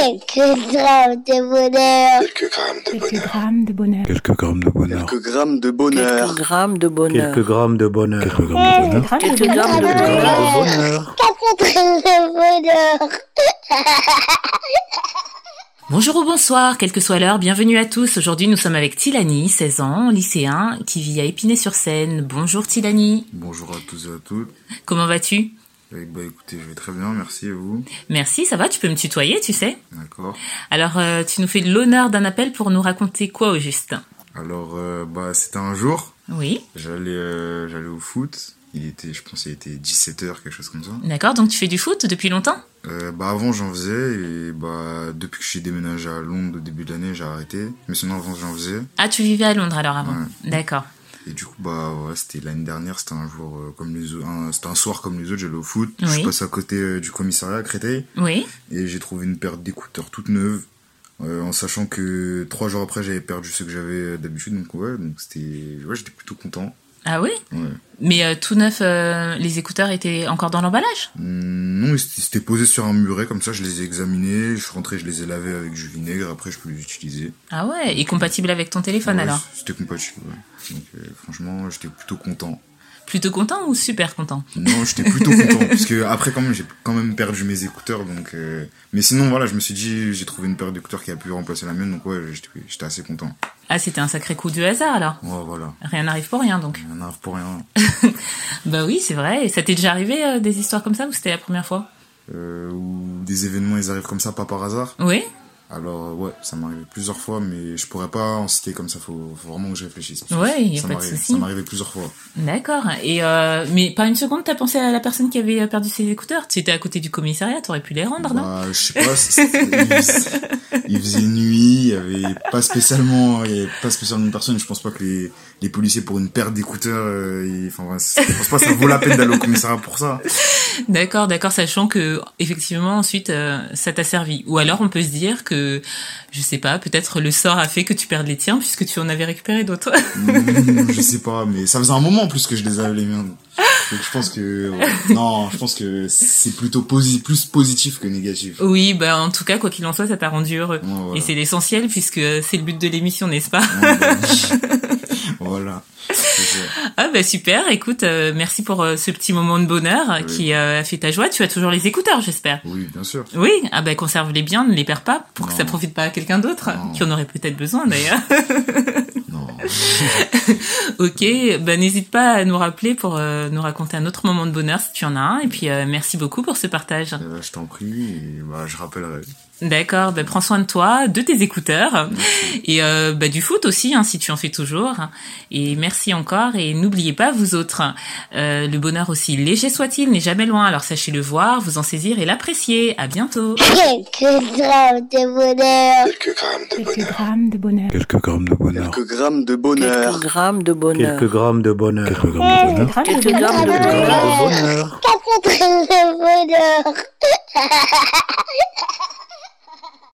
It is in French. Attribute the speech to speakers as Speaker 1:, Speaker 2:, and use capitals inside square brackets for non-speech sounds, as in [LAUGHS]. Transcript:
Speaker 1: Quelques grammes de bonheur.
Speaker 2: Quelques grammes de
Speaker 3: Quelques
Speaker 2: bonheur.
Speaker 3: grammes de bonheur.
Speaker 4: Quelques grammes de bonheur.
Speaker 5: Quelques grammes de
Speaker 6: Quelques
Speaker 5: bonheur.
Speaker 6: grammes de bonheur.
Speaker 7: Quelques grammes de bonheur.
Speaker 4: Quelques grammes de bonheur.
Speaker 3: Quelques
Speaker 6: Quelques
Speaker 3: grammes
Speaker 6: grammes
Speaker 3: de
Speaker 6: de
Speaker 3: bonheur.
Speaker 7: bonheur.
Speaker 1: Quatre grammes de bonheur.
Speaker 8: Bonjour ou bonsoir, quelle que soit l'heure, bienvenue à tous. Aujourd'hui, nous sommes avec Tilani, 16 ans, lycéen, qui vit à Épinay-sur-Seine. Bonjour Tilani,
Speaker 9: Bonjour à tous et à toutes.
Speaker 8: comment vas-tu
Speaker 9: Eh Bah écoutez, je vais très bien, merci et vous.
Speaker 8: Merci, ça va, tu peux me tutoyer, tu sais.
Speaker 9: D'accord.
Speaker 8: Alors, euh, tu nous fais l'honneur d'un appel pour nous raconter quoi au juste
Speaker 9: Alors euh, bah c'était un jour,
Speaker 8: Oui,
Speaker 9: j'allais euh, j'allais au foot. Il était, je pense, il était 17h, quelque chose comme ça.
Speaker 8: d'accord, donc tu fais du foot depuis longtemps
Speaker 9: Euh, bah avant j'en faisais et bah depuis que je suis déménagé à Londres au début de l'année j'ai arrêté. Mais sinon avant j'en faisais.
Speaker 8: Ah, tu vivais à Londres alors avant
Speaker 9: Ouais.
Speaker 8: D'accord.
Speaker 9: Et du coup bah ouais, c'était l'année dernière, c'était un jour euh, comme les autres, un- c'était un soir comme les autres, j'allais au foot. Je
Speaker 8: Oui.
Speaker 9: suis passé à côté euh, du commissariat à Créteil.
Speaker 8: Oui,
Speaker 9: et j'ai trouvé une paire d'écouteurs toute neuve. euh, en sachant que trois jours après j'avais perdu ce que j'avais euh, d'habitude donc ouais donc c'était ouais j'étais plutôt content
Speaker 8: ah oui
Speaker 9: ouais.
Speaker 8: Mais euh, tout neuf, euh, les écouteurs étaient encore dans l'emballage
Speaker 9: Mm, non ils s- ils s'étaient posés sur un muret comme ça je les ai examinés je suis rentré je les ai lavés avec du vinaigre après je peux les utiliser
Speaker 8: Ah ouais, et compatible avec ton téléphone
Speaker 9: Ouais,
Speaker 8: alors
Speaker 9: c- c'était compatible ouais. donc euh, franchement j'étais plutôt content
Speaker 8: Plutôt content ou super content
Speaker 9: non j'étais plutôt content parce que après quand même j'ai quand même perdu mes écouteurs donc euh, mais sinon voilà je me suis dit j'ai trouvé une paire d'écouteurs qui a pu remplacer la mienne donc ouais j'étais j'étais assez content
Speaker 8: Ah, c'était un sacré coup du hasard alors.
Speaker 9: ouais voilà
Speaker 8: Rien n'arrive pour rien donc.
Speaker 9: on arrive pour rien
Speaker 8: Bah oui, c'est vrai. Et ça t'est déjà arrivé euh, des histoires comme ça ou c'était la première fois
Speaker 9: euh, ou des événements ils arrivent comme ça pas par hasard
Speaker 8: Oui.
Speaker 9: alors euh, ouais ça m'est arrivé plusieurs fois mais je pourrais pas en citer comme ça faut, faut vraiment que je réfléchisse parce que
Speaker 8: Ouais, y a
Speaker 9: ça
Speaker 8: pas de
Speaker 9: m'arrive-
Speaker 8: souci.
Speaker 9: ça m'est arrivé plusieurs fois
Speaker 8: D'accord. Et euh, mais pas une seconde t'as pensé à la personne qui avait euh, perdu ses écouteurs. Tu étais à côté du commissariat, t'aurais pu les rendre, non
Speaker 9: bah, je sais pas c'est- il, faisait, il faisait nuit il y avait pas spécialement il y avait pas spécialement de personne je pense pas que les, les policiers pour une paire d'écouteurs euh, ils- enfin bref, c'est- je pense pas que ça vaut la peine d'aller au commissariat pour ça
Speaker 8: D'accord, d'accord, sachant que effectivement ensuite euh, ça t'a servi. Ou alors on peut se dire que je sais pas, peut-être le sort a fait que tu perdes les tiens puisque tu en avais récupéré d'autres. [LAUGHS]
Speaker 9: Mm, je sais pas mais ça faisait un moment en plus que je les avais les miens donc je pense que ouais. non je pense que c'est plutôt posi- plus positif que négatif
Speaker 8: oui, bah en tout cas quoi qu'il en soit, ça t'a rendu heureux.
Speaker 9: Ouais, voilà.
Speaker 8: Et c'est l'essentiel puisque euh, c'est le but de l'émission, n'est-ce pas
Speaker 9: Ouais, bah, voilà. C'est ça.
Speaker 8: Ah bah super, écoute, euh, merci pour euh, ce petit moment de bonheur euh,
Speaker 9: Oui.
Speaker 8: qui euh, a fait ta joie. Tu as toujours les écouteurs, j'espère.
Speaker 9: Oui, bien sûr.
Speaker 8: Oui, ah bah conserve-les bien, ne les perds pas pour que
Speaker 9: Non.
Speaker 8: ça profite pas à quelqu'un d'autre
Speaker 9: Non.
Speaker 8: qui en aurait peut-être besoin d'ailleurs. [LAUGHS]
Speaker 9: Non.
Speaker 8: ok, bah n'hésite pas à nous rappeler pour euh, nous raconter un autre moment de bonheur si tu en as un. Et puis euh, merci beaucoup pour ce partage.
Speaker 9: Euh, je t'en prie, et, bah, je rappellerai.
Speaker 8: D'accord, bah prends soin de toi, de tes écouteurs et euh, bah du foot aussi hein, si tu en fais toujours. Et merci encore et n'oubliez pas vous autres, euh, le bonheur aussi léger soit-il n'est jamais loin. Alors sachez le voir, vous en saisir et l'apprécier. À bientôt.
Speaker 1: Quelques grammes de bonheur.
Speaker 2: Quelques grammes de
Speaker 3: Quelques
Speaker 2: bonheur.
Speaker 3: grammes de bonheur.
Speaker 4: Quelques
Speaker 5: Quelques grammes
Speaker 4: grammes de bonheur.
Speaker 5: de bonheur.
Speaker 6: Quelques grammes de bonheur.
Speaker 7: Quelques grammes de bonheur.
Speaker 4: Quelques
Speaker 3: Quelques grammes
Speaker 4: grammes de bonheur.
Speaker 6: Quelques grammes
Speaker 3: de
Speaker 6: de
Speaker 3: bonheur.
Speaker 6: bonheur.
Speaker 1: Quatre grammes de bonheur.